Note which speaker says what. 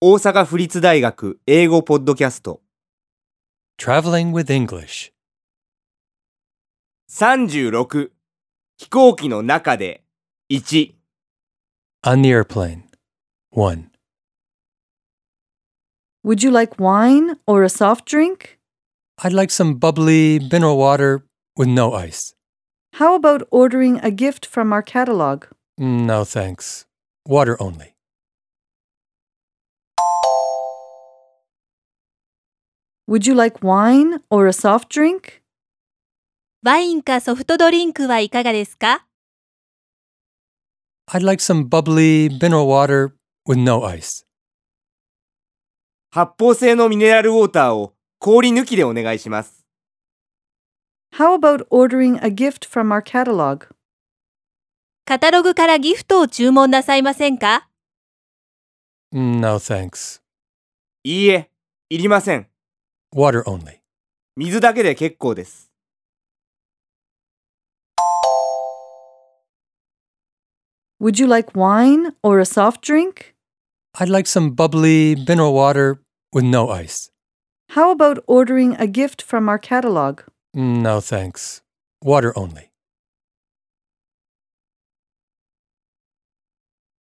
Speaker 1: 大阪府立大学英語ポッドキャスト
Speaker 2: Traveling with English.
Speaker 1: 36飛行機の中で1
Speaker 2: On the airplane. 1.
Speaker 3: Would you like wine or a soft drink?
Speaker 2: I'd like some bubbly mineral water with no ice.
Speaker 3: How about ordering a gift from our catalog?
Speaker 2: No thanks. Water only.
Speaker 3: 'Would you like wine or a soft drink?
Speaker 4: ワインかソフトドリンクはいかがですか
Speaker 2: I'd like some bubbly mineral water with no ice.
Speaker 1: 発泡性のミネラルウォーターを氷抜きでお願いします。
Speaker 3: How about ordering a gift from our catalog?
Speaker 4: カタログからギフトを注文なさいませんか
Speaker 2: No thanks.
Speaker 1: いいえ、いりません。
Speaker 2: Water only.
Speaker 1: 水だけで結構です。
Speaker 3: Would you like wine or a soft drink?
Speaker 2: I'd like some bubbly mineral water with no ice.
Speaker 3: How about ordering a gift from our catalog?
Speaker 2: No thanks. Water only.